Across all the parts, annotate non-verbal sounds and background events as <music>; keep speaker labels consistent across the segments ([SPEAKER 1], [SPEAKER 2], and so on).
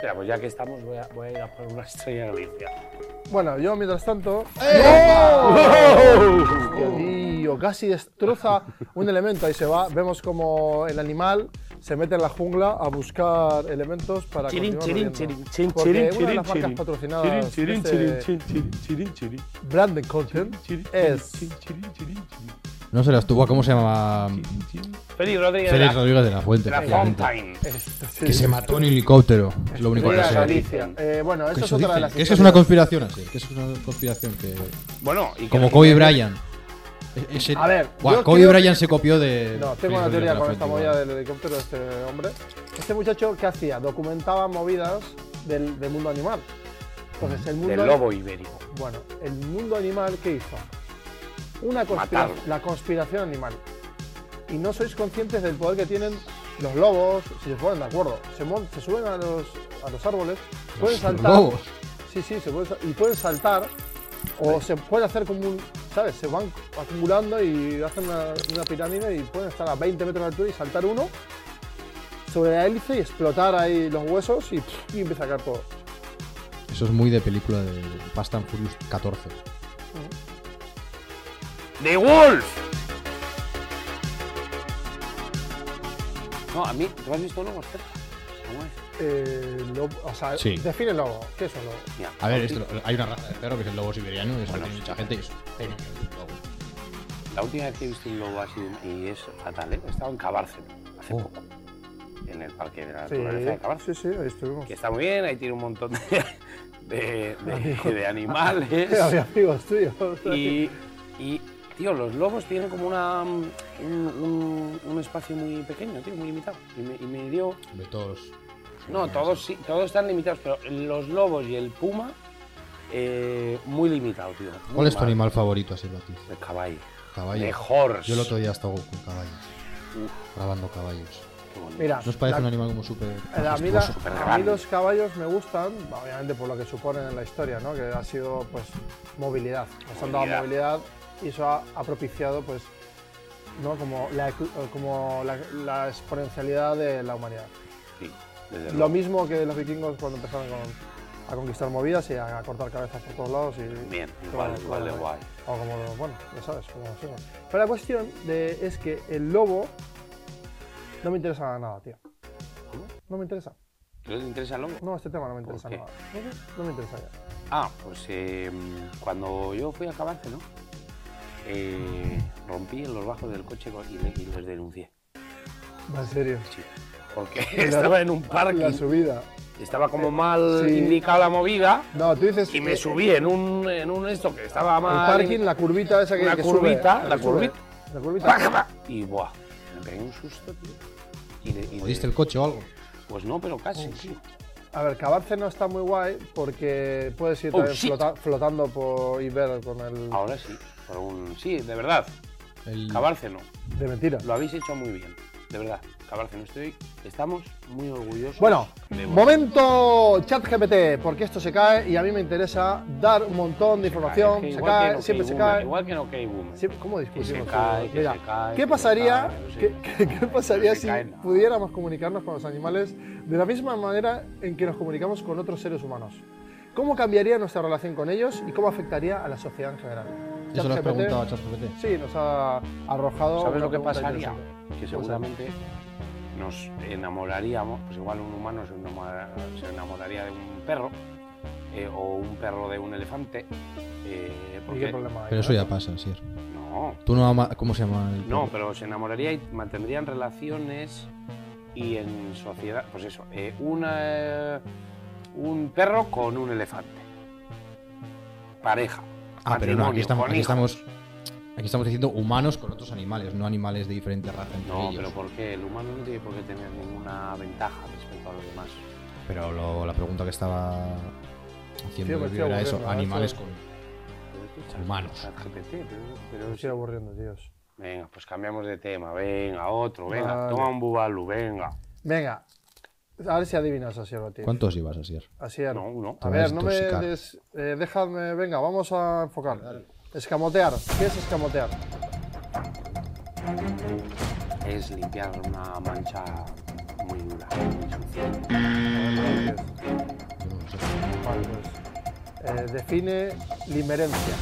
[SPEAKER 1] Mira, pues ya que estamos, voy a, voy a ir a por una <laughs> estrella Galicia.
[SPEAKER 2] Bueno, yo mientras tanto. Hostia, tío, casi destroza un elemento. Ahí se va. Vemos como el animal se mete en la jungla a buscar elementos para.
[SPEAKER 1] Chirin, chirin,
[SPEAKER 2] continuar
[SPEAKER 1] chirin,
[SPEAKER 2] bebiendo.
[SPEAKER 1] chin,
[SPEAKER 2] Porque
[SPEAKER 1] chirin,
[SPEAKER 2] una de
[SPEAKER 1] chirin,
[SPEAKER 2] las marcas
[SPEAKER 1] chirin. Chirin,
[SPEAKER 2] patrocinadas
[SPEAKER 1] chirin,
[SPEAKER 2] de
[SPEAKER 1] chirin,
[SPEAKER 2] este
[SPEAKER 1] chin, chirin, chirin, chirin.
[SPEAKER 2] Branded Content
[SPEAKER 1] Chirin,
[SPEAKER 2] es.
[SPEAKER 1] chirin, chirin, chirin, chirin.
[SPEAKER 3] No serás tú, ¿cómo se llamaba?
[SPEAKER 1] Félix Rodríguez de
[SPEAKER 3] Félix
[SPEAKER 1] la,
[SPEAKER 3] Rodríguez de la Fuente,
[SPEAKER 1] de la
[SPEAKER 3] efectivamente.
[SPEAKER 1] Fountain.
[SPEAKER 2] Esto este, sí.
[SPEAKER 3] Que se mató en helicóptero, es lo único que
[SPEAKER 2] Estrella
[SPEAKER 1] Mira,
[SPEAKER 3] sé.
[SPEAKER 1] Galicia.
[SPEAKER 2] Galicia. Eh, bueno,
[SPEAKER 3] Que
[SPEAKER 2] eso es
[SPEAKER 3] eso
[SPEAKER 2] otra de
[SPEAKER 3] dicen,
[SPEAKER 2] las
[SPEAKER 3] que es que es una
[SPEAKER 2] historias.
[SPEAKER 3] conspiración así, que es una conspiración que.
[SPEAKER 1] Bueno, y que
[SPEAKER 3] Como
[SPEAKER 1] la
[SPEAKER 3] Kobe
[SPEAKER 1] gente-
[SPEAKER 3] Bryant. E- ese-
[SPEAKER 2] A ver,
[SPEAKER 3] Buah,
[SPEAKER 2] yo
[SPEAKER 3] Kobe
[SPEAKER 2] creo-
[SPEAKER 3] Bryant se copió de.
[SPEAKER 2] No, tengo
[SPEAKER 3] Félix
[SPEAKER 2] una
[SPEAKER 3] Rodríguez
[SPEAKER 2] teoría
[SPEAKER 3] de la
[SPEAKER 2] con esta
[SPEAKER 3] Fuente,
[SPEAKER 2] movida
[SPEAKER 3] igual.
[SPEAKER 2] del helicóptero de este hombre. Este muchacho, ¿qué hacía? Documentaba movidas del, del mundo animal. Entonces, el mundo.
[SPEAKER 1] Del lobo ibérico.
[SPEAKER 2] Bueno, el mundo animal, ¿qué hizo? Una conspira-
[SPEAKER 1] Matarlo.
[SPEAKER 2] la conspiración animal. Y no sois conscientes del poder que tienen los lobos, si se ponen de acuerdo. Se, mon- se suben a los, a los árboles, pueden saltar.
[SPEAKER 3] lobos.
[SPEAKER 2] Sí, sí, se pueden sa- y pueden saltar. O se puede hacer como un. ¿Sabes? Se van acumulando y hacen una, una pirámide y pueden estar a 20 metros de altura y saltar uno sobre la hélice y explotar ahí los huesos y, pff, y empieza a caer todo.
[SPEAKER 3] Eso es muy de película de Fast and Furious 14.
[SPEAKER 1] ¡The Wolf! No, a mí, ¿tú has visto lobos cerca? ¿Cómo es?
[SPEAKER 2] Eh, lo- o sea,
[SPEAKER 3] Sí.
[SPEAKER 2] define el lobo. ¿Qué es un lobo?
[SPEAKER 1] Mira,
[SPEAKER 3] A ver,
[SPEAKER 1] la
[SPEAKER 3] esto-
[SPEAKER 1] ulti-
[SPEAKER 3] hay una raza de perro que es el lobo siberiano y eso
[SPEAKER 1] Bueno,
[SPEAKER 3] tiene mucha
[SPEAKER 1] sí.
[SPEAKER 3] gente y es técnicamente un lobo.
[SPEAKER 1] La última vez que he visto un lobo así, y es fatal, ¿eh? estaba en Cabárcel, hace
[SPEAKER 3] Oh.
[SPEAKER 1] poco, en el Parque de la Naturaleza de Cabárcel.
[SPEAKER 2] sí, sí, ahí estuvimos.
[SPEAKER 1] Que está muy bien, ahí tiene un montón de, de- de- de
[SPEAKER 2] Amigo. <laughs> Había
[SPEAKER 1] animales.
[SPEAKER 2] amigos tuyos.
[SPEAKER 1] y, y, tío, los lobos tienen como una, mm, un, un- un espacio muy pequeño, tío, muy limitado. Y me, y me dio...
[SPEAKER 3] De todos.
[SPEAKER 1] No, todos sí, todos están limitados, pero los lobos y el puma, eh, muy limitados, tío. muy
[SPEAKER 3] ¿Cuál es tu
[SPEAKER 1] mal.
[SPEAKER 3] animal favorito así, Latiz?
[SPEAKER 1] El caballo.
[SPEAKER 3] Caballo.
[SPEAKER 1] De horse.
[SPEAKER 3] Yo el otro día estaba con caballos. Grabando caballos.
[SPEAKER 1] Qué bonito.
[SPEAKER 2] Mira,
[SPEAKER 3] ¿No os parece un
[SPEAKER 2] la-
[SPEAKER 3] animal como súper
[SPEAKER 2] eh, a mí, la-
[SPEAKER 3] majestuoso?
[SPEAKER 1] súper
[SPEAKER 2] a mí
[SPEAKER 1] grande.
[SPEAKER 2] los caballos me gustan, obviamente por lo que suponen en la historia, ¿no? que ha sido pues movilidad. Nos han dado
[SPEAKER 1] Movilidad.
[SPEAKER 2] movilidad y eso ha, ha propiciado pues ¿no? como, la, ecu- como la- la exponencialidad de la humanidad.
[SPEAKER 1] Sí, desde
[SPEAKER 2] Lo
[SPEAKER 1] luego.
[SPEAKER 2] mismo que los vikingos cuando empezaron con- a conquistar movidas y a, a cortar cabezas por todos lados. Y,
[SPEAKER 1] Bien,
[SPEAKER 2] todo-
[SPEAKER 1] igual,
[SPEAKER 2] todo
[SPEAKER 1] igual de
[SPEAKER 2] lo-
[SPEAKER 1] guay.
[SPEAKER 2] O como, bueno, ya sabes, como así, ¿no? Pero la cuestión de- es que el lobo no me interesa nada, tío.
[SPEAKER 1] ¿Cómo?
[SPEAKER 2] No me interesa.
[SPEAKER 1] ¿No te interesa el lobo?
[SPEAKER 2] No, este tema no me interesa
[SPEAKER 1] qué?
[SPEAKER 2] nada. No, no, no me interesa ya.
[SPEAKER 1] Ah, pues eh, cuando yo fui a acabarse, ¿no? Eh, rompí en los bajos del coche con- y, le- y les denuncié.
[SPEAKER 2] No, En serio.
[SPEAKER 1] Sí. Porque <laughs> estaba en un
[SPEAKER 2] La
[SPEAKER 1] parking,
[SPEAKER 2] subida.
[SPEAKER 1] estaba como mal
[SPEAKER 2] Sí.
[SPEAKER 1] indicada la movida
[SPEAKER 2] No, tú dices.
[SPEAKER 1] y
[SPEAKER 2] eh,
[SPEAKER 1] me subí en un, en un esto que estaba
[SPEAKER 2] El
[SPEAKER 1] mal.
[SPEAKER 2] parking, la curvita esa que
[SPEAKER 1] Una
[SPEAKER 2] que
[SPEAKER 1] curvita,
[SPEAKER 2] sube,
[SPEAKER 1] la
[SPEAKER 2] que sube.
[SPEAKER 1] curvita.
[SPEAKER 2] La curvita.
[SPEAKER 1] ¡Pac, pac! Y buah, me pegué un susto, tío. Y le- y le-
[SPEAKER 3] ¿Jodiste el coche o algo?
[SPEAKER 1] Pues no, pero casi, sí.
[SPEAKER 2] A ver, Cabarce no está muy guay porque puedes ir
[SPEAKER 1] Oh,
[SPEAKER 2] también
[SPEAKER 1] shit. Ah.
[SPEAKER 2] flota- flotando por y ver con el.
[SPEAKER 1] Ahora sí, por un... sí, de verdad,
[SPEAKER 3] El-
[SPEAKER 1] Cabárceno,
[SPEAKER 2] De mentira.
[SPEAKER 1] lo habéis hecho muy bien, de verdad, Cabárceno, estoy, estamos muy orgullosos.
[SPEAKER 2] Bueno,
[SPEAKER 1] de vosotros.
[SPEAKER 2] momento chat GPT, porque esto se cae y a mí me interesa dar un montón de información.
[SPEAKER 1] que
[SPEAKER 2] Se
[SPEAKER 1] igual que en
[SPEAKER 2] cae,
[SPEAKER 1] OK
[SPEAKER 2] siempre se
[SPEAKER 1] Boomer,
[SPEAKER 2] cae.
[SPEAKER 1] Igual que no OK Boomer.
[SPEAKER 2] Siempre- ¿Cómo
[SPEAKER 1] que se
[SPEAKER 2] discutimos?
[SPEAKER 1] cae, que
[SPEAKER 2] Mira,
[SPEAKER 1] se cae.
[SPEAKER 2] ¿qué
[SPEAKER 1] que no
[SPEAKER 2] pasaría,
[SPEAKER 1] cae, no sé
[SPEAKER 2] <laughs> qué, qué- qué pasaría
[SPEAKER 1] No se
[SPEAKER 2] si
[SPEAKER 1] cae, no.
[SPEAKER 2] pudiéramos comunicarnos con los animales de la misma manera en que nos comunicamos con otros seres humanos? ¿Cómo cambiaría nuestra relación con ellos y cómo afectaría a la sociedad en general?
[SPEAKER 3] Eso lo has
[SPEAKER 2] ChatGPT,
[SPEAKER 3] preguntado a ChatGPT.
[SPEAKER 2] Sí, nos ha arrojado.
[SPEAKER 1] ¿Sabes
[SPEAKER 2] una
[SPEAKER 1] lo que
[SPEAKER 2] pregunta
[SPEAKER 1] pasaría?
[SPEAKER 2] interesante.
[SPEAKER 1] Que seguramente nos enamoraríamos, pues igual un humano se enamora- se enamoraría de un perro eh, o un perro de un elefante. eh,
[SPEAKER 2] ¿Y
[SPEAKER 1] porque-
[SPEAKER 2] qué problema hay?
[SPEAKER 3] Pero eso ya pasa, sí.
[SPEAKER 1] No,
[SPEAKER 3] ¿Tú no ama- ¿Cómo se llama el
[SPEAKER 1] no, pero se enamoraría y mantendrían relaciones y en sociedad, pues eso, eh, una, eh, un perro con un elefante. Pareja.
[SPEAKER 3] Ah, pero no,
[SPEAKER 1] matrimonio,
[SPEAKER 3] aquí estamos,
[SPEAKER 1] con
[SPEAKER 3] aquí
[SPEAKER 1] hijos.
[SPEAKER 3] estamos. Aquí estamos diciendo humanos con otros animales, no animales de diferente raza entre
[SPEAKER 1] No, pero
[SPEAKER 3] ellos.
[SPEAKER 1] ¿por qué? El humano no tiene por qué tener ninguna ventaja respecto a los demás.
[SPEAKER 3] Pero lo- la pregunta que estaba
[SPEAKER 2] Tío,
[SPEAKER 3] haciendo
[SPEAKER 2] me
[SPEAKER 1] pues
[SPEAKER 3] Elvira
[SPEAKER 2] estoy
[SPEAKER 3] era eso,
[SPEAKER 2] aburriendo,
[SPEAKER 3] animales
[SPEAKER 2] macho.
[SPEAKER 3] con.
[SPEAKER 1] Pero tú estás-
[SPEAKER 3] Humanos.
[SPEAKER 1] estás GPT, pero- pero
[SPEAKER 2] Me
[SPEAKER 1] sí.
[SPEAKER 2] estoy aburriendo, tíos.
[SPEAKER 1] Venga, pues cambiamos de tema. Venga, otro. Venga,
[SPEAKER 2] Vale.
[SPEAKER 1] toma un bubalú, venga.
[SPEAKER 2] Venga, a ver si adivinas así, tío.
[SPEAKER 3] ¿Cuántos ibas a ser?
[SPEAKER 2] Así es.
[SPEAKER 1] No, uno.
[SPEAKER 2] A
[SPEAKER 3] Te vas
[SPEAKER 2] ver,
[SPEAKER 3] a
[SPEAKER 2] no me
[SPEAKER 3] intoxicar.
[SPEAKER 2] des, eh, dejadme, venga, vamos a enfocar. Escamotear, ¿qué es escamotear?
[SPEAKER 1] Es limpiar una mancha muy dura. muy sucia.
[SPEAKER 2] A ver, Eh, define limerencia.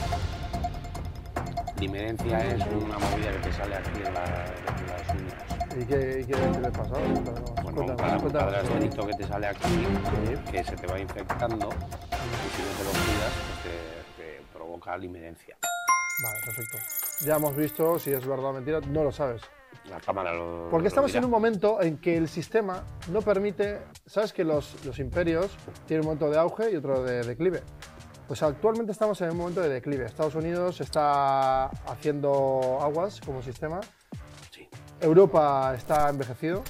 [SPEAKER 1] Limerencia es una movida que te sale aquí en, la- en las uñas.
[SPEAKER 2] ¿Y qué, y qué, qué le pasa? Cuéntanos,
[SPEAKER 1] Bueno, un
[SPEAKER 2] cuéntanos, cuéntanos.
[SPEAKER 1] padrastrito que te sale aquí, que se te va infectando, y si no te lo cuidas, pues te, te provoca limerencia.
[SPEAKER 2] Vale, perfecto. Ya hemos visto si es verdad o mentira, no lo sabes.
[SPEAKER 1] La cámara lo.
[SPEAKER 2] Porque
[SPEAKER 1] lo
[SPEAKER 2] estamos
[SPEAKER 1] dirá.
[SPEAKER 2] en un momento en que el sistema no permite. Sabes que los, los imperios tienen un momento de auge y otro de declive. Pues actualmente estamos en un momento de declive. Estados Unidos está haciendo aguas como sistema.
[SPEAKER 1] Sí.
[SPEAKER 2] Europa está envejecido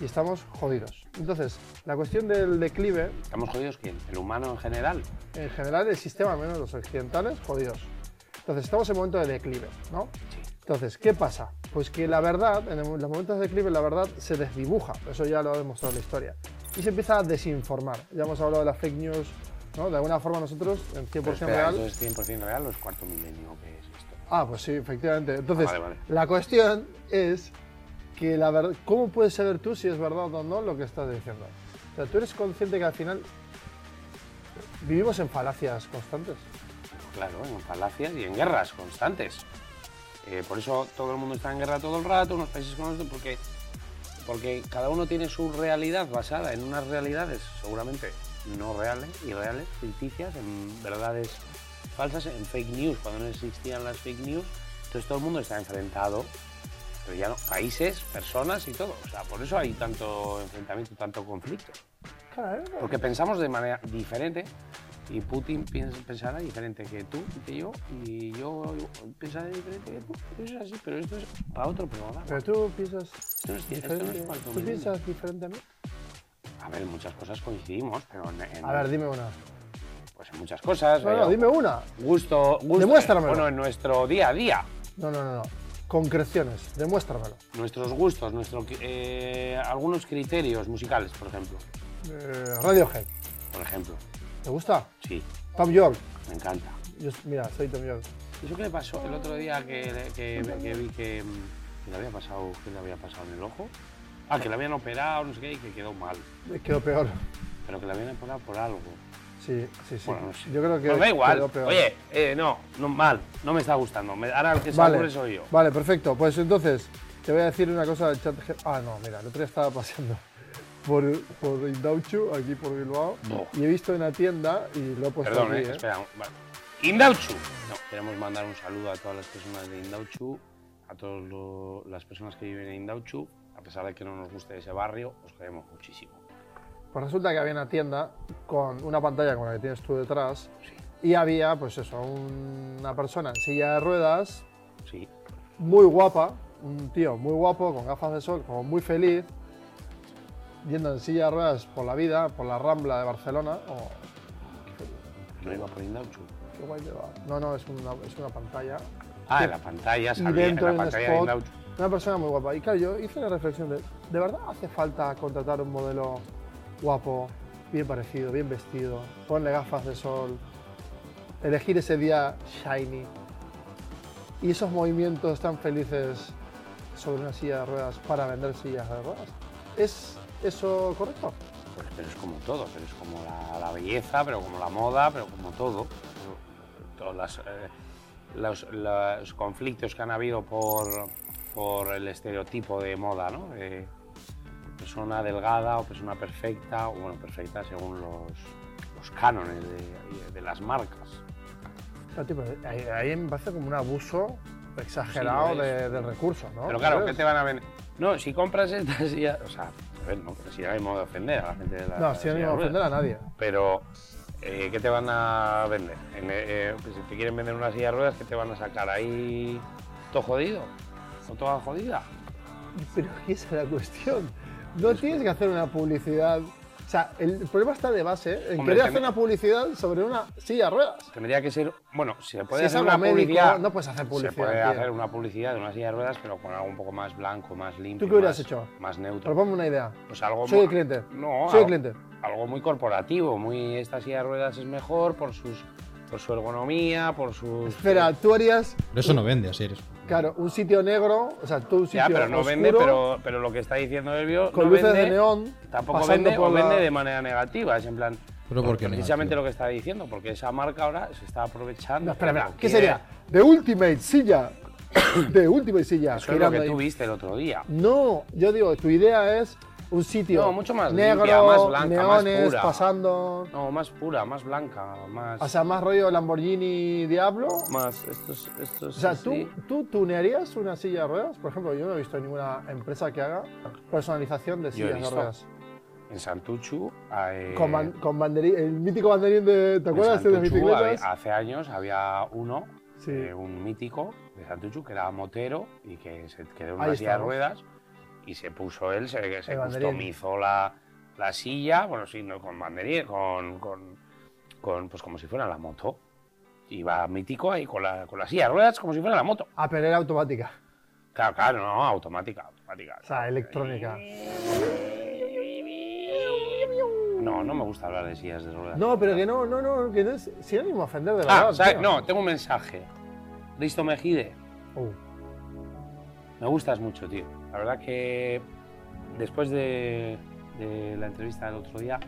[SPEAKER 2] y estamos jodidos. Entonces, la cuestión del declive,
[SPEAKER 1] Estamos jodidos que el humano en general.
[SPEAKER 2] en general, el sistema, al menos los occidentales, jodidos. Entonces, estamos en un momento de declive, ¿no?
[SPEAKER 1] Sí.
[SPEAKER 2] Entonces, ¿qué pasa? Pues que la verdad, en el- los momentos de declive, la verdad se desdibuja. Eso ya lo ha demostrado la historia. Y se empieza a desinformar. Ya hemos hablado de las fake news, ¿no? De alguna forma nosotros, en 100%
[SPEAKER 1] Pero espera,
[SPEAKER 2] real...
[SPEAKER 1] ¿Entonces 100% real o es cuarto milenio que es esto?
[SPEAKER 2] Ah, pues sí, efectivamente. Entonces,
[SPEAKER 1] Ah, vale, vale.
[SPEAKER 2] la cuestión es que la verdad, ¿cómo puedes saber tú si es verdad o no lo que estás diciendo? O sea, tú eres consciente que al final vivimos en falacias constantes.
[SPEAKER 1] Claro, en falacias y en guerras constantes. Eh, por eso todo el mundo está en guerra todo el rato, unos países con otros, porque, porque cada uno tiene su realidad basada en unas realidades seguramente no reales, irreales, ficticias, en verdades falsas, en fake news, cuando no existían las fake news. Entonces todo el mundo está enfrentado, pero ya no, países, personas y todo. O sea, por eso hay tanto enfrentamiento, tanto conflicto.
[SPEAKER 2] Claro, ¿eh?
[SPEAKER 1] Porque pensamos de manera diferente y Putin piensa, pensará diferente que tú y que yo y yo pensaré diferente que tú. Eso es así, pero esto es para otro programa.
[SPEAKER 2] Pero tú piensas
[SPEAKER 1] Esto es, esto no
[SPEAKER 2] diferente,
[SPEAKER 1] es cuarto
[SPEAKER 2] ¿tú
[SPEAKER 1] milenio.
[SPEAKER 2] piensas diferente a mí.
[SPEAKER 1] A ver, en muchas cosas coincidimos, pero en, en-
[SPEAKER 2] A ver, dime una.
[SPEAKER 1] pues en muchas cosas.
[SPEAKER 2] No,
[SPEAKER 1] eh,
[SPEAKER 2] no, dime una.
[SPEAKER 1] Gusto, gusto.
[SPEAKER 2] Demuéstramelo.
[SPEAKER 1] Bueno, en nuestro día a día.
[SPEAKER 2] No, no, no, no. Concreciones, demuéstramelo.
[SPEAKER 1] Nuestros gustos, nuestro, eh, algunos criterios musicales, por ejemplo.
[SPEAKER 2] Eh, Radiohead,
[SPEAKER 1] Por ejemplo,
[SPEAKER 2] ¿te gusta?
[SPEAKER 1] sí,
[SPEAKER 2] Tom York.
[SPEAKER 1] me encanta.
[SPEAKER 2] Yo- mira, soy Tom York.
[SPEAKER 1] ¿Eso qué le pasó el otro día que, que- que vi que, mm, que le había pasado, que le había pasado en el ojo? Ah, que le habían operado, no sé qué, y que quedó mal.
[SPEAKER 2] Eh, Quedó peor.
[SPEAKER 1] Pero que le habían operado por algo.
[SPEAKER 2] Sí, sí, sí.
[SPEAKER 1] Bueno, no sé.
[SPEAKER 2] Yo creo que.
[SPEAKER 1] Pues da igual.
[SPEAKER 2] quedó peor.
[SPEAKER 1] Oye, eh, no, no, mal, no me está gustando. Me, ahora el que se aburre soy yo.
[SPEAKER 2] Vale, perfecto. Pues entonces, te voy a decir una cosa del chat. G- Ah, no, mira, el otro día estaba pasando por, por Indauchu, aquí por Bilbao,
[SPEAKER 1] No.
[SPEAKER 2] y he visto una tienda y lo he puesto
[SPEAKER 1] Perdón,
[SPEAKER 2] aquí,
[SPEAKER 1] eh,
[SPEAKER 2] ¿eh?
[SPEAKER 1] espera. vale. Indauchu. No, queremos mandar un saludo a todas las personas de Indauchu, a todas las personas que viven en Indauchu. A pesar de que no nos guste ese barrio, os queremos muchísimo.
[SPEAKER 2] Pues resulta que había una tienda con una pantalla como la que tienes tú detrás, y había, pues eso, un- una persona en silla de ruedas,
[SPEAKER 1] Sí,
[SPEAKER 2] muy guapa, un tío muy guapo, con gafas de sol, como muy feliz, yendo en silla de ruedas por la vida, por la rambla de Barcelona. Oh,
[SPEAKER 1] no iba por Indauchu.
[SPEAKER 2] qué guay que va. No, no, es una, es una pantalla.
[SPEAKER 1] Ah, en la pantalla,
[SPEAKER 2] y
[SPEAKER 1] sabía, en
[SPEAKER 2] dentro
[SPEAKER 1] la
[SPEAKER 2] de un
[SPEAKER 1] pantalla de
[SPEAKER 2] spot.
[SPEAKER 1] Indauchu.
[SPEAKER 2] Una persona muy guapa. Y claro, yo hice la reflexión de, ¿de verdad hace falta contratar un modelo guapo, bien parecido, bien vestido, ponle gafas de sol, elegir ese día shiny? Y esos movimientos tan felices sobre una silla de ruedas para vender sillas de ruedas. ¿Es eso correcto?
[SPEAKER 1] Pues, pero es como todo, pero es como la, la belleza, pero como la moda, pero como todo. Todos las, eh, los, los conflictos que han habido por, por el estereotipo de moda, ¿no? De persona delgada o persona perfecta, o bueno, perfecta según los, los cánones de, de las marcas.
[SPEAKER 2] No, tío, pero ahí, ahí me parece como un abuso exagerado
[SPEAKER 1] Sí, lo es.
[SPEAKER 2] de- del recurso, ¿no?
[SPEAKER 1] Pero claro,
[SPEAKER 2] ¿Sabes?
[SPEAKER 1] ¿qué te van a vender? No, si compras esta silla, o sea, a ver, no, si hay modo de ofender a la gente de la
[SPEAKER 2] No, si
[SPEAKER 1] silla
[SPEAKER 2] no
[SPEAKER 1] de
[SPEAKER 2] iba a
[SPEAKER 1] ruedas.
[SPEAKER 2] ofender a nadie.
[SPEAKER 1] pero eh, ¿qué te van a vender? En, eh, eh, si te quieren vender una silla de ruedas, ¿qué te van a sacar ahí? ¿Todo jodido? ¿O toda jodida?
[SPEAKER 2] Pero <laughs> ¿qué es la cuestión? No tienes que hacer una publicidad. O sea, el problema está de base ¿eh? en
[SPEAKER 1] Hombre,
[SPEAKER 2] querer
[SPEAKER 1] también-
[SPEAKER 2] hacer una publicidad sobre una silla de ruedas.
[SPEAKER 1] Tendría que ser, bueno, se
[SPEAKER 2] Si
[SPEAKER 1] puede
[SPEAKER 2] es
[SPEAKER 1] hacer
[SPEAKER 2] algo
[SPEAKER 1] una
[SPEAKER 2] médico,
[SPEAKER 1] publicidad.
[SPEAKER 2] no puedes hacer
[SPEAKER 1] Se puede
[SPEAKER 2] publicidad, tío.
[SPEAKER 1] hacer una publicidad de una silla de ruedas, pero con algo un poco más blanco, más limpio.
[SPEAKER 2] qué hubieras
[SPEAKER 1] más-
[SPEAKER 2] hecho?
[SPEAKER 1] Más neutro.
[SPEAKER 2] Proponme una idea.
[SPEAKER 1] Pues algo
[SPEAKER 2] Soy
[SPEAKER 1] mo-
[SPEAKER 2] el cliente.
[SPEAKER 1] No,
[SPEAKER 2] Soy
[SPEAKER 1] algo-
[SPEAKER 2] el cliente.
[SPEAKER 1] Algo muy corporativo, muy esta silla de ruedas es mejor por sus por su ergonomía, por sus
[SPEAKER 2] Espera, tú harías,
[SPEAKER 3] Pero eso no vende, así eres.
[SPEAKER 2] claro, un sitio negro, o sea, tú un sitio
[SPEAKER 1] Ya, pero no
[SPEAKER 2] oscuro,
[SPEAKER 1] vende, pero, pero lo que está diciendo Elvio
[SPEAKER 2] con
[SPEAKER 1] no
[SPEAKER 2] luces
[SPEAKER 1] vende,
[SPEAKER 2] de neón,
[SPEAKER 1] Tampoco
[SPEAKER 2] pasando
[SPEAKER 1] vende, o
[SPEAKER 2] por la-
[SPEAKER 1] vende de manera negativa, es en plan,
[SPEAKER 3] Solo porque no.
[SPEAKER 1] Precisamente
[SPEAKER 3] tío.
[SPEAKER 1] lo que estaba diciendo, porque esa marca ahora se está aprovechando.
[SPEAKER 2] No, espera, espera. ¿Qué
[SPEAKER 1] Quiere-
[SPEAKER 2] sería? The
[SPEAKER 1] <coughs>
[SPEAKER 2] Ultimate Silla. The Ultimate Silla.
[SPEAKER 1] Eso es lo
[SPEAKER 2] girando
[SPEAKER 1] que
[SPEAKER 2] ahí.
[SPEAKER 1] tú viste el otro día.
[SPEAKER 2] No, yo digo, tu idea es un sitio
[SPEAKER 1] No, mucho más
[SPEAKER 2] negro,
[SPEAKER 1] limpia, más blanca, más
[SPEAKER 2] neones,
[SPEAKER 1] pura.
[SPEAKER 2] pasando.
[SPEAKER 1] No, más pura, más blanca, más.
[SPEAKER 2] O sea, más rollo Lamborghini Diablo.
[SPEAKER 1] más. Estos, estos,
[SPEAKER 2] O sea,
[SPEAKER 1] sí,
[SPEAKER 2] ¿tú,
[SPEAKER 1] sí.
[SPEAKER 2] ¿tú tunearías una silla de ruedas? Por ejemplo, yo no he visto ninguna empresa que haga personalización
[SPEAKER 1] Yo
[SPEAKER 2] de
[SPEAKER 1] he
[SPEAKER 2] sillas de
[SPEAKER 1] visto.
[SPEAKER 2] ruedas.
[SPEAKER 1] En Santuchu. eh,
[SPEAKER 2] Con, ban- con banderín, el mítico banderín de.
[SPEAKER 1] en
[SPEAKER 2] ¿Te acuerdas? este de las
[SPEAKER 1] Santuchu
[SPEAKER 2] bicicletas?
[SPEAKER 1] había- hace años había uno,
[SPEAKER 2] Sí.
[SPEAKER 1] eh, un mítico de Santuchu, que era motero y que se quedó en
[SPEAKER 2] Ahí
[SPEAKER 1] una silla de
[SPEAKER 2] estamos.
[SPEAKER 1] ruedas y se puso él, se, ve que se
[SPEAKER 2] El banderín.
[SPEAKER 1] customizó la, la silla, bueno, sí, no, con banderín, con, con, con, Pues como si fuera la moto. Iba mítico ahí con la, con la silla de ruedas como si fuera la moto.
[SPEAKER 2] Ah, pero era automática.
[SPEAKER 1] Claro, claro, no, automática, automática.
[SPEAKER 2] O sea, electrónica.
[SPEAKER 1] No, no me gusta hablar de sillas de ruedas.
[SPEAKER 2] No, pero que no, no, no, que no es sinónimo ofender de la
[SPEAKER 1] Ah,
[SPEAKER 2] verdad,
[SPEAKER 1] ¿sabes?
[SPEAKER 2] tío.
[SPEAKER 1] no, tengo un mensaje. Risto Mejide,
[SPEAKER 2] Uh,
[SPEAKER 1] me gustas mucho, tío. La verdad que después de, de la entrevista del otro día,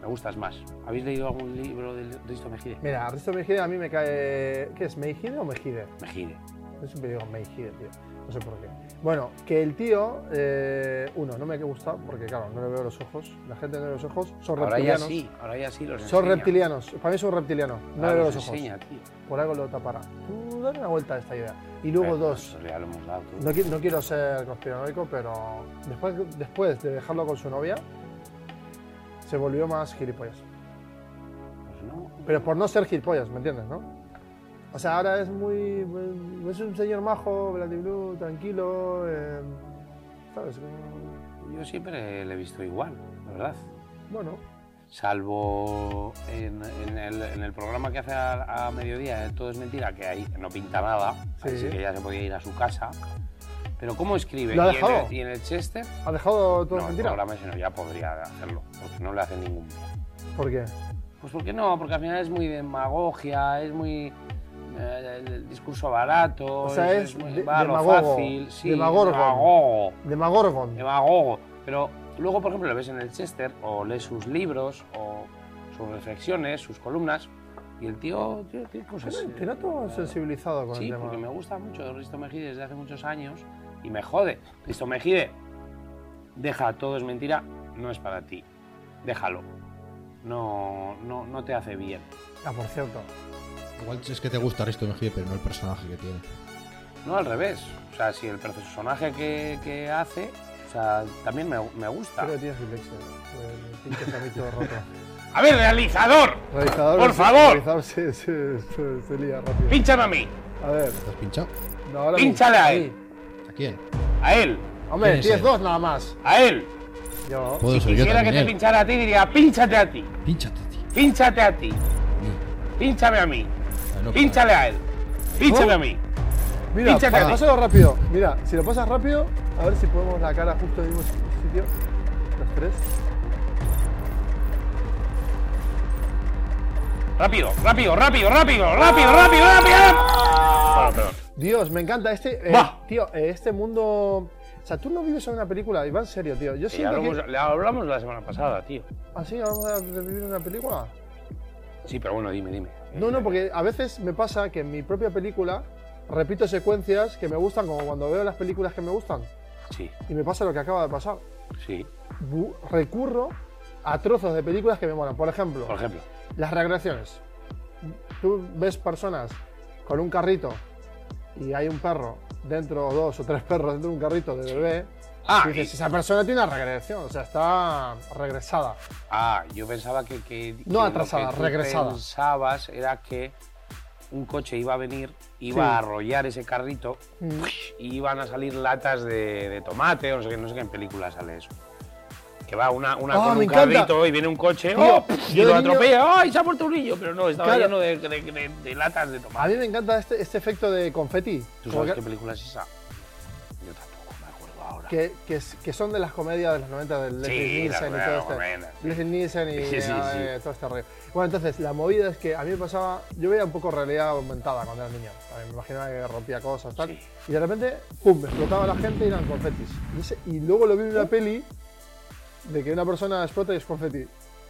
[SPEAKER 1] me gustas más. ¿Habéis leído algún libro de Risto Mejide?
[SPEAKER 2] mira, Risto Mejide a mí me cae. ¿Qué es? ¿Meijide o Mejide?
[SPEAKER 1] Mejide.
[SPEAKER 2] Yo siempre digo Meijide, tío. No sé por qué. Bueno, que el tío, eh, uno, no me gusta, porque claro, no le veo los ojos. La gente no ve los ojos. Son
[SPEAKER 1] Ahora ya
[SPEAKER 2] reptilianos.
[SPEAKER 1] sí, ahora ya sí los
[SPEAKER 2] Son
[SPEAKER 1] enseña.
[SPEAKER 2] reptilianos. Para mí son reptilianos. No
[SPEAKER 1] Ahora
[SPEAKER 2] le veo los ojos.
[SPEAKER 1] enseña, tío.
[SPEAKER 2] Por algo lo tapará. Tú dale una vuelta a esta idea. Y luego
[SPEAKER 1] Pero,
[SPEAKER 2] dos.
[SPEAKER 1] eso Ya lo hemos dado, tú.
[SPEAKER 2] No, qui- no quiero ser conspiranoico, pero después, después de dejarlo con su novia, se volvió más gilipollas.
[SPEAKER 1] Pues no.
[SPEAKER 2] Pero por no ser gilipollas, ¿me entiendes, no? O sea, ahora es muy... muy- Es un señor majo, Blue, tranquilo, eh, ¿sabes? Como-
[SPEAKER 1] Yo siempre le he visto igual, la verdad.
[SPEAKER 2] Bueno,
[SPEAKER 1] Salvo en, en el, en el programa que hace a, a mediodía, eh, todo es mentira, que ahí no pinta nada,
[SPEAKER 2] Sí.
[SPEAKER 1] así que ya se podía ir a su casa. Pero ¿cómo escribe?
[SPEAKER 2] ¿Lo ha
[SPEAKER 1] ¿Y, en
[SPEAKER 2] dejado?
[SPEAKER 1] el, y en el Chester?
[SPEAKER 2] ¿ha dejado todo
[SPEAKER 1] No, el
[SPEAKER 2] mentira?
[SPEAKER 1] programa ese no, ya podría hacerlo, porque no le hace ningún bien.
[SPEAKER 2] ¿Por qué?
[SPEAKER 1] Pues ¿por qué no? Porque al final es muy demagogia, es muy... eh, el, el discurso barato,
[SPEAKER 2] O sea, es
[SPEAKER 1] muy-
[SPEAKER 2] de-
[SPEAKER 1] va a lo
[SPEAKER 2] demagogo,
[SPEAKER 1] fácil, sí,
[SPEAKER 2] demagogo.
[SPEAKER 1] demagogo
[SPEAKER 2] Demagorgon.
[SPEAKER 1] demagogo. Pero luego, por ejemplo, le ves en el Chester o lees sus libros o sus reflexiones, sus columnas, y el tío, tío, tiene cosas.
[SPEAKER 2] Te te noto sensibilizado con
[SPEAKER 1] Sí,
[SPEAKER 2] el
[SPEAKER 1] porque me
[SPEAKER 2] tema.
[SPEAKER 1] gusta mucho Risto Mejide desde hace muchos años y me jode. Risto Mejide, deja todo es mentira, no es para ti. Déjalo. No, no, no te hace bien.
[SPEAKER 2] Ah, por cierto.
[SPEAKER 3] Igual es que te gusta Risto Mejide, pero no el personaje que tiene.
[SPEAKER 1] No al revés. O sea, si el personaje que, que hace, o sea, también me, me gusta.
[SPEAKER 2] Creo que tienes dislexia. ¿no? El pinche cabrito
[SPEAKER 1] <laughs>
[SPEAKER 2] roto.
[SPEAKER 1] A ver, realizador,
[SPEAKER 2] Realizador,
[SPEAKER 1] Por
[SPEAKER 2] sí,
[SPEAKER 1] favor.
[SPEAKER 2] realizador, sí, sí, se, se lía rápido.
[SPEAKER 1] pínchan a mí.
[SPEAKER 2] A ver,
[SPEAKER 3] ¿Estás pinchado?
[SPEAKER 2] no, ahora
[SPEAKER 1] Pínchale
[SPEAKER 2] mismo.
[SPEAKER 1] a él.
[SPEAKER 3] ¿A quién?
[SPEAKER 1] A él,
[SPEAKER 2] Hombre,
[SPEAKER 3] ¿Quién es
[SPEAKER 2] tienes
[SPEAKER 3] él?
[SPEAKER 2] dos nada más.
[SPEAKER 1] a él.
[SPEAKER 2] Yo.
[SPEAKER 3] Puedo ser yo
[SPEAKER 1] Quisiera que
[SPEAKER 3] también.
[SPEAKER 1] te
[SPEAKER 3] eh.
[SPEAKER 1] pinchara a ti, diría, pínchate a ti,
[SPEAKER 3] Pínchate, tío.
[SPEAKER 1] pínchate a ti,
[SPEAKER 3] Ni.
[SPEAKER 1] pínchame a mí,
[SPEAKER 3] Ah, no,
[SPEAKER 1] pínchale a él, pínchame
[SPEAKER 2] Oh.
[SPEAKER 1] a mí.
[SPEAKER 2] Mira,
[SPEAKER 1] Pínchate a ti.
[SPEAKER 2] pásalo rápido. Mira, si lo pasas rápido, a ver si ponemos la cara justo en el mismo sitio. Los tres.
[SPEAKER 1] Rápido, rápido, rápido, rápido, rápido, rápido, rápido. Bueno, perdón.
[SPEAKER 2] Dios, me encanta este. eh,
[SPEAKER 1] Buah.
[SPEAKER 2] tío, eh, este mundo. O sea, tú no vives en una película, y va en serio, tío. Yo
[SPEAKER 1] Sí,
[SPEAKER 2] siento
[SPEAKER 1] hablamos,
[SPEAKER 2] que.
[SPEAKER 1] le hablamos la semana pasada, tío.
[SPEAKER 2] ¿Así vamos a vivir en una película?
[SPEAKER 1] Sí, pero bueno, dime, dime.
[SPEAKER 2] No, no, porque a veces me pasa que en mi propia película repito secuencias que me gustan, como cuando veo las películas que me gustan.
[SPEAKER 1] Sí,
[SPEAKER 2] Y me pasa lo que acaba de pasar.
[SPEAKER 1] sí.
[SPEAKER 2] Bu- recurro a trozos de películas que me molan. Por ejemplo,
[SPEAKER 1] Por ejemplo,
[SPEAKER 2] las recreaciones. Tú ves personas con un carrito y hay un perro dentro, o dos o tres perros dentro de un carrito de bebé.
[SPEAKER 1] Ah,
[SPEAKER 2] y dices,
[SPEAKER 1] y-
[SPEAKER 2] esa persona tiene una regresión, o sea, está regresada.
[SPEAKER 1] ah, yo pensaba que. que- que
[SPEAKER 2] No atrasada,
[SPEAKER 1] lo que tú
[SPEAKER 2] regresada.
[SPEAKER 1] pensabas era que un coche iba a venir, iba
[SPEAKER 2] Sí.
[SPEAKER 1] a arrollar ese carrito
[SPEAKER 2] Mm.
[SPEAKER 1] y iban a salir latas de, de tomate, o no sé, qué, no sé qué en película sale eso. Que va una, una
[SPEAKER 2] Ah,
[SPEAKER 1] con
[SPEAKER 2] me
[SPEAKER 1] un
[SPEAKER 2] encanta.
[SPEAKER 1] carrito y viene un coche
[SPEAKER 2] Tío,
[SPEAKER 1] ¡oh! y
[SPEAKER 2] yo
[SPEAKER 1] lo
[SPEAKER 2] de niño-
[SPEAKER 1] atropella, ¡ay, se ha muerto un niño! Pero no, estaba
[SPEAKER 2] Claro.
[SPEAKER 1] lleno de, de- de- de latas de
[SPEAKER 2] A
[SPEAKER 1] tomate.
[SPEAKER 2] mí me encanta este, este efecto de confeti.
[SPEAKER 1] ¿Tú
[SPEAKER 2] como
[SPEAKER 1] sabes qué
[SPEAKER 2] que,
[SPEAKER 1] película es esa? Yo tampoco me acuerdo ahora.
[SPEAKER 2] que, que es- que son de las comedias de los 90 del Leslie
[SPEAKER 1] Sí, las
[SPEAKER 2] Nielsen y
[SPEAKER 1] buenas,
[SPEAKER 2] todo este.
[SPEAKER 1] buenas.
[SPEAKER 2] Leslie Nielsen y
[SPEAKER 1] <laughs> Sí, sí,
[SPEAKER 2] eh, todo este rollo. Bueno, entonces, la movida es que a mí me pasaba, yo veía un poco realidad aumentada cuando era niño. A mí me imaginaba que rompía cosas, tal.
[SPEAKER 1] Sí.
[SPEAKER 2] Y de repente, pum, explotaba la gente y eran confetis. Y, ese- y luego lo vi en una peli de que una persona explota y es confeti.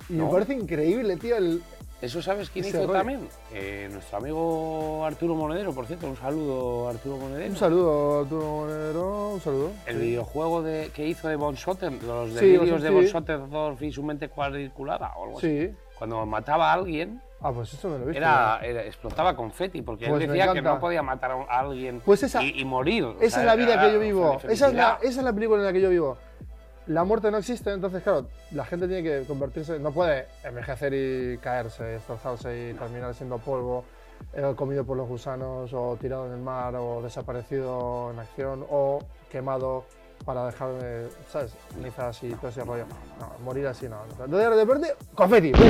[SPEAKER 2] Y
[SPEAKER 1] No.
[SPEAKER 2] me parece increíble, tío, el,
[SPEAKER 1] ¿Eso sabes quién
[SPEAKER 2] Ese
[SPEAKER 1] hizo
[SPEAKER 2] rollo.
[SPEAKER 1] también? Eh, nuestro amigo Arturo Monedero, por cierto, un saludo Arturo Monedero.
[SPEAKER 2] Un saludo, Arturo Monero, un saludo.
[SPEAKER 1] El videojuego de, que hizo de Von Sotter, los
[SPEAKER 2] Sí,
[SPEAKER 1] delirios
[SPEAKER 2] Von
[SPEAKER 1] de
[SPEAKER 2] Sotter,
[SPEAKER 1] Von
[SPEAKER 2] sí.
[SPEAKER 1] Sotter 2 y su mente cuadriculada o algo así.
[SPEAKER 2] Sí.
[SPEAKER 1] Cuando mataba a alguien,
[SPEAKER 2] Ah, pues eso me lo he visto.
[SPEAKER 1] era, era- explotaba confeti, porque
[SPEAKER 2] Pues
[SPEAKER 1] él
[SPEAKER 2] me
[SPEAKER 1] decía que
[SPEAKER 2] encanta.
[SPEAKER 1] no podía matar a un- a alguien
[SPEAKER 2] Pues esa-
[SPEAKER 1] y, y morir. o sea,
[SPEAKER 2] Esa es la vida
[SPEAKER 1] era-
[SPEAKER 2] que yo
[SPEAKER 1] o sea,
[SPEAKER 2] vivo.
[SPEAKER 1] de
[SPEAKER 2] Esa es, la,
[SPEAKER 1] felicidad.
[SPEAKER 2] esa es la película en la que yo vivo. La muerte no existe, entonces, claro, la gente tiene que convertirse. No puede envejecer y caerse, destrozarse y terminar siendo polvo, eh, comido por los gusanos, o tirado en el mar, o desaparecido en acción, o quemado para dejar, eh, ¿sabes? Cenizas y todo ese rollo. No, morir así no. Entonces, de repente, confeti. ¡pum!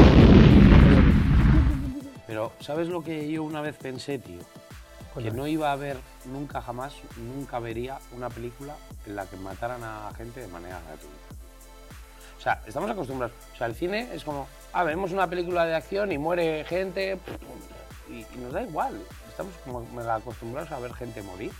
[SPEAKER 1] Pero, ¿sabes lo que yo una vez pensé, tío? Que
[SPEAKER 2] Cuéntame.
[SPEAKER 1] no iba a haber nunca jamás, nunca vería una película en la que mataran a gente de manera gratuita. O sea, estamos acostumbrados. O sea, el cine es como, ah, vemos una película de acción y muere gente y, y nos da igual. Estamos como mega acostumbrados a ver gente morir.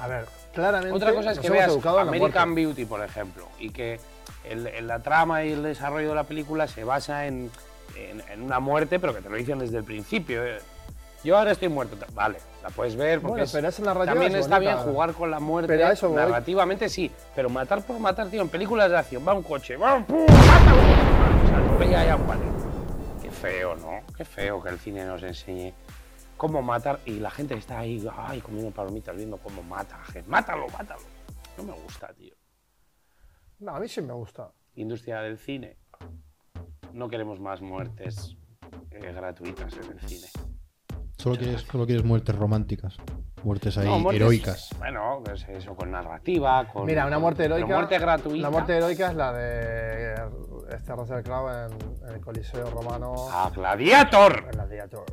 [SPEAKER 2] A ver, claramente.
[SPEAKER 1] Otra cosa es
[SPEAKER 2] nos
[SPEAKER 1] que
[SPEAKER 2] hemos
[SPEAKER 1] veas
[SPEAKER 2] educado en la
[SPEAKER 1] American
[SPEAKER 2] muerte.
[SPEAKER 1] Beauty, por ejemplo, y que el- el- la trama y el desarrollo de la película se basa en, en- en una muerte, pero que te lo dicen desde el principio. eh. Yo ahora estoy muerto. ta- Vale, la puedes ver porque
[SPEAKER 2] Bueno, pero esa narrativa
[SPEAKER 1] también
[SPEAKER 2] es
[SPEAKER 1] está
[SPEAKER 2] bonita.
[SPEAKER 1] bien jugar con la muerte.
[SPEAKER 2] Pero a eso voy.
[SPEAKER 1] narrativamente sí, pero matar por matar, tío, en películas de acción, va un coche, va un pum, mata un... Se atropella y a un palo. Qué feo, ¿no? Qué feo que el cine nos enseñe cómo matar y la gente está ahí ay, comiendo palomitas viendo cómo mata a gente. Mátalo, mátalo. No me gusta, tío.
[SPEAKER 2] No, a mí sí me gusta.
[SPEAKER 1] Industria del cine. No queremos más muertes eh, gratuitas en el cine.
[SPEAKER 3] Solo quieres, solo quieres muertes románticas. Muertes ahí
[SPEAKER 1] No, muertes-
[SPEAKER 3] heroicas.
[SPEAKER 1] Bueno, pues eso, con narrativa, con.
[SPEAKER 2] Mira, una
[SPEAKER 1] con-
[SPEAKER 2] muerte
[SPEAKER 1] pero
[SPEAKER 2] heroica.
[SPEAKER 1] muerte gratuita.
[SPEAKER 2] La muerte heroica es la de eh, este Russell Crowe en, en el Coliseo Romano.
[SPEAKER 1] ¡Ah, Gladiator!
[SPEAKER 2] En la Diator.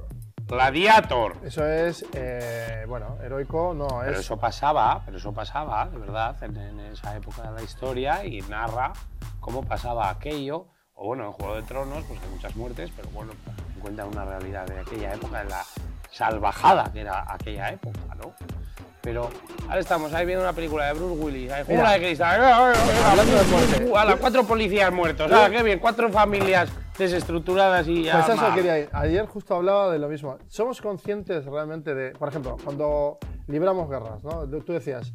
[SPEAKER 1] Gladiator.
[SPEAKER 2] Eso es, eh, bueno, heroico no
[SPEAKER 1] Pero
[SPEAKER 2] es.
[SPEAKER 1] eso pasaba, pero eso pasaba, de verdad, en, en esa época de la historia y narra cómo pasaba aquello. O bueno, en Juego de Tronos, pues hay muchas muertes, pero bueno, cuenta una realidad de aquella época, de la salvajada que era aquella época, ¿no? Pero ahora estamos ahí viendo una película de Bruce Willis, ahí
[SPEAKER 2] Mira.
[SPEAKER 1] jungla de cristal, ¡ah, ah, ah!
[SPEAKER 2] Hablando de muerte.
[SPEAKER 1] Uh, ala, cuatro policías muertos, ah, qué bien, cuatro familias desestructuradas y ya.
[SPEAKER 2] Pues a eso
[SPEAKER 1] mal.
[SPEAKER 2] quería ir. Ayer justo hablaba de lo mismo. Somos conscientes realmente de, por ejemplo, cuando libramos guerras, ¿no? Tú tú decías,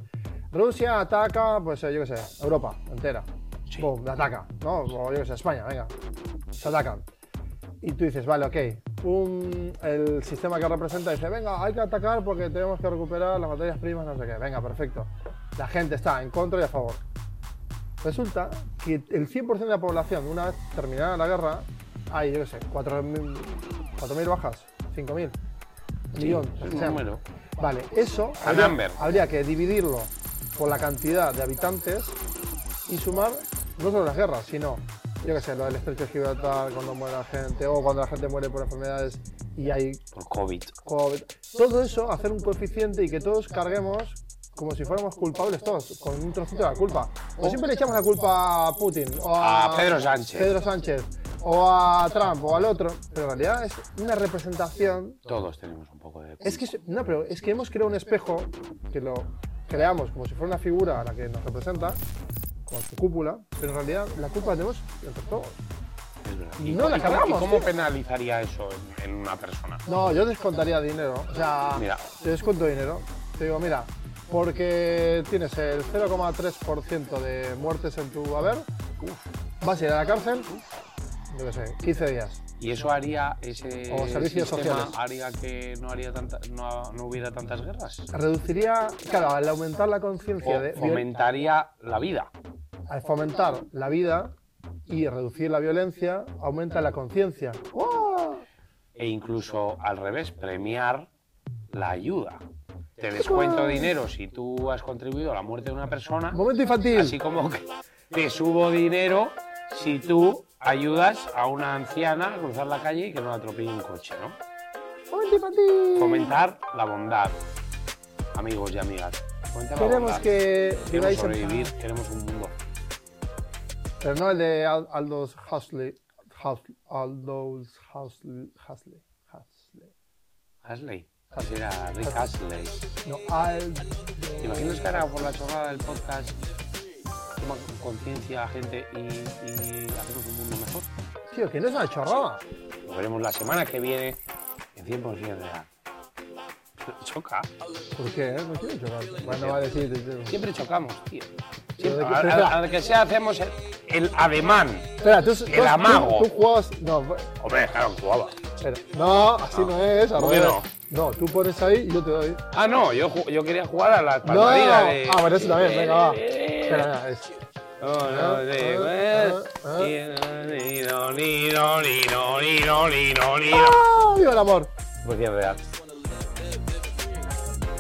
[SPEAKER 2] Rusia ataca, pues eh, yo qué sé, Europa entera.
[SPEAKER 1] Sí.
[SPEAKER 2] Pum, la ataca, ¿no? O yo qué sé, España, venga. Se atacan. Y tú dices, vale, ok, un- el sistema que representa dice, venga, hay que atacar porque tenemos que recuperar las materias primas, no sé qué, venga, perfecto. La gente está en contra y a favor. Resulta que el 100% de la población, una vez terminada la guerra, hay, yo qué sé, 4.000 4.000 bajas, 5.000, millón,
[SPEAKER 1] Sí,
[SPEAKER 2] lo
[SPEAKER 1] es
[SPEAKER 2] que
[SPEAKER 1] un
[SPEAKER 2] sea.
[SPEAKER 1] número.
[SPEAKER 2] Vale, eso
[SPEAKER 1] A number.
[SPEAKER 2] habría, habría que dividirlo por la cantidad de habitantes y sumar no solo las guerras, sino, yo qué sé, lo del estrecho de Gibraltar, cuando muere la gente, o cuando la gente muere por enfermedades y hay
[SPEAKER 1] Por COVID.
[SPEAKER 2] COVID. Todo eso, hacer un coeficiente y que todos carguemos como si fuéramos culpables todos, con un trocito de la culpa. O siempre le echamos la culpa a Putin, o a,
[SPEAKER 1] Oh. A Pedro Sánchez.
[SPEAKER 2] Pedro Sánchez, o a Trump, o al otro. Pero en realidad es una representación
[SPEAKER 1] Todos tenemos un poco de.
[SPEAKER 2] es que, es- no, pero es que hemos creado un espejo que lo creamos como si fuera una figura a la que nos representa, con su cúpula, pero en realidad la culpa la tenemos entre todos.
[SPEAKER 1] Es verdad.
[SPEAKER 2] Y no la
[SPEAKER 1] ¿Y cómo-
[SPEAKER 2] cargamos,
[SPEAKER 1] ¿Y cómo
[SPEAKER 2] tío.
[SPEAKER 1] penalizaría eso en, en una persona?
[SPEAKER 2] No, yo descontaría dinero. O sea,
[SPEAKER 1] Mira.
[SPEAKER 2] yo descuento dinero. Te digo, mira, porque tienes el 0,3% de muertes en tu haber, vas a ir a la cárcel, yo qué sé, 15 días.
[SPEAKER 1] ¿Y eso haría ese
[SPEAKER 2] O servicios
[SPEAKER 1] sistema
[SPEAKER 2] sociales.
[SPEAKER 1] haría que no, haría tanta- no, no hubiera tantas guerras?
[SPEAKER 2] Reduciría, claro, al aumentar la conciencia
[SPEAKER 1] ¿O
[SPEAKER 2] de, viol-
[SPEAKER 1] fomentaría la vida?
[SPEAKER 2] al fomentar la vida y reducir la violencia, aumenta la conciencia. ¡Wow!
[SPEAKER 1] E incluso al revés, premiar la ayuda. Te descuento dinero si tú has contribuido a la muerte de una persona,
[SPEAKER 2] Momento infantil.
[SPEAKER 1] así como que te subo dinero si tú ayudas a una anciana a cruzar la calle y que no la atropelle un coche, ¿no?
[SPEAKER 2] Momento infantil.
[SPEAKER 1] Fomentar la bondad, amigos y amigas. Fomentar la
[SPEAKER 2] Queremos
[SPEAKER 1] bondad.
[SPEAKER 2] que que
[SPEAKER 1] Queremos
[SPEAKER 2] veáis en-
[SPEAKER 1] sobrevivir, queremos un mundo.
[SPEAKER 2] Pero no el de Al- Aldous Huxley. Hus- Aldous Huxley. Huxley. Huxley.
[SPEAKER 1] Hasley. Así era Rick Hasley.
[SPEAKER 2] No, Al-
[SPEAKER 1] ¿Te imaginas que ahora por la chorrada del podcast toma conciencia a gente y, y hacemos un mundo mejor?
[SPEAKER 2] Tío, que no es una chorrada.
[SPEAKER 1] Lo veremos la semana que viene en 100% real. <laughs> Choca.
[SPEAKER 2] ¿Por qué? eh? No quiero chocar. Bueno, vale, sí, te- te-
[SPEAKER 1] Siempre chocamos, tío. Siempre.
[SPEAKER 2] Pero de que-
[SPEAKER 1] A-
[SPEAKER 2] pero
[SPEAKER 1] a-
[SPEAKER 2] espera.
[SPEAKER 1] Al que sea hacemos el, el ademán.
[SPEAKER 2] Espera, tú, tú-
[SPEAKER 1] El amago.
[SPEAKER 2] Tú, tú jugabas. No,
[SPEAKER 1] Hombre, claro, jugaba.
[SPEAKER 2] espera. No, así no, es. al
[SPEAKER 1] ¿Cómo que
[SPEAKER 2] revés.
[SPEAKER 1] no?
[SPEAKER 2] No, tú pones ahí y yo te doy.
[SPEAKER 1] Ah, no, yo, ju- yo quería jugar a la
[SPEAKER 2] No,
[SPEAKER 1] patadilla de...
[SPEAKER 2] ah, bueno, eso también, venga, va.
[SPEAKER 1] Eh,
[SPEAKER 2] Espera, espera, es-
[SPEAKER 1] No, no, digo, eh,
[SPEAKER 2] Ah,
[SPEAKER 1] ni no, ni no, ni no, ni no, ni no, ni no.
[SPEAKER 2] ¡Ah! ¡Viva el amor!
[SPEAKER 1] 100% real.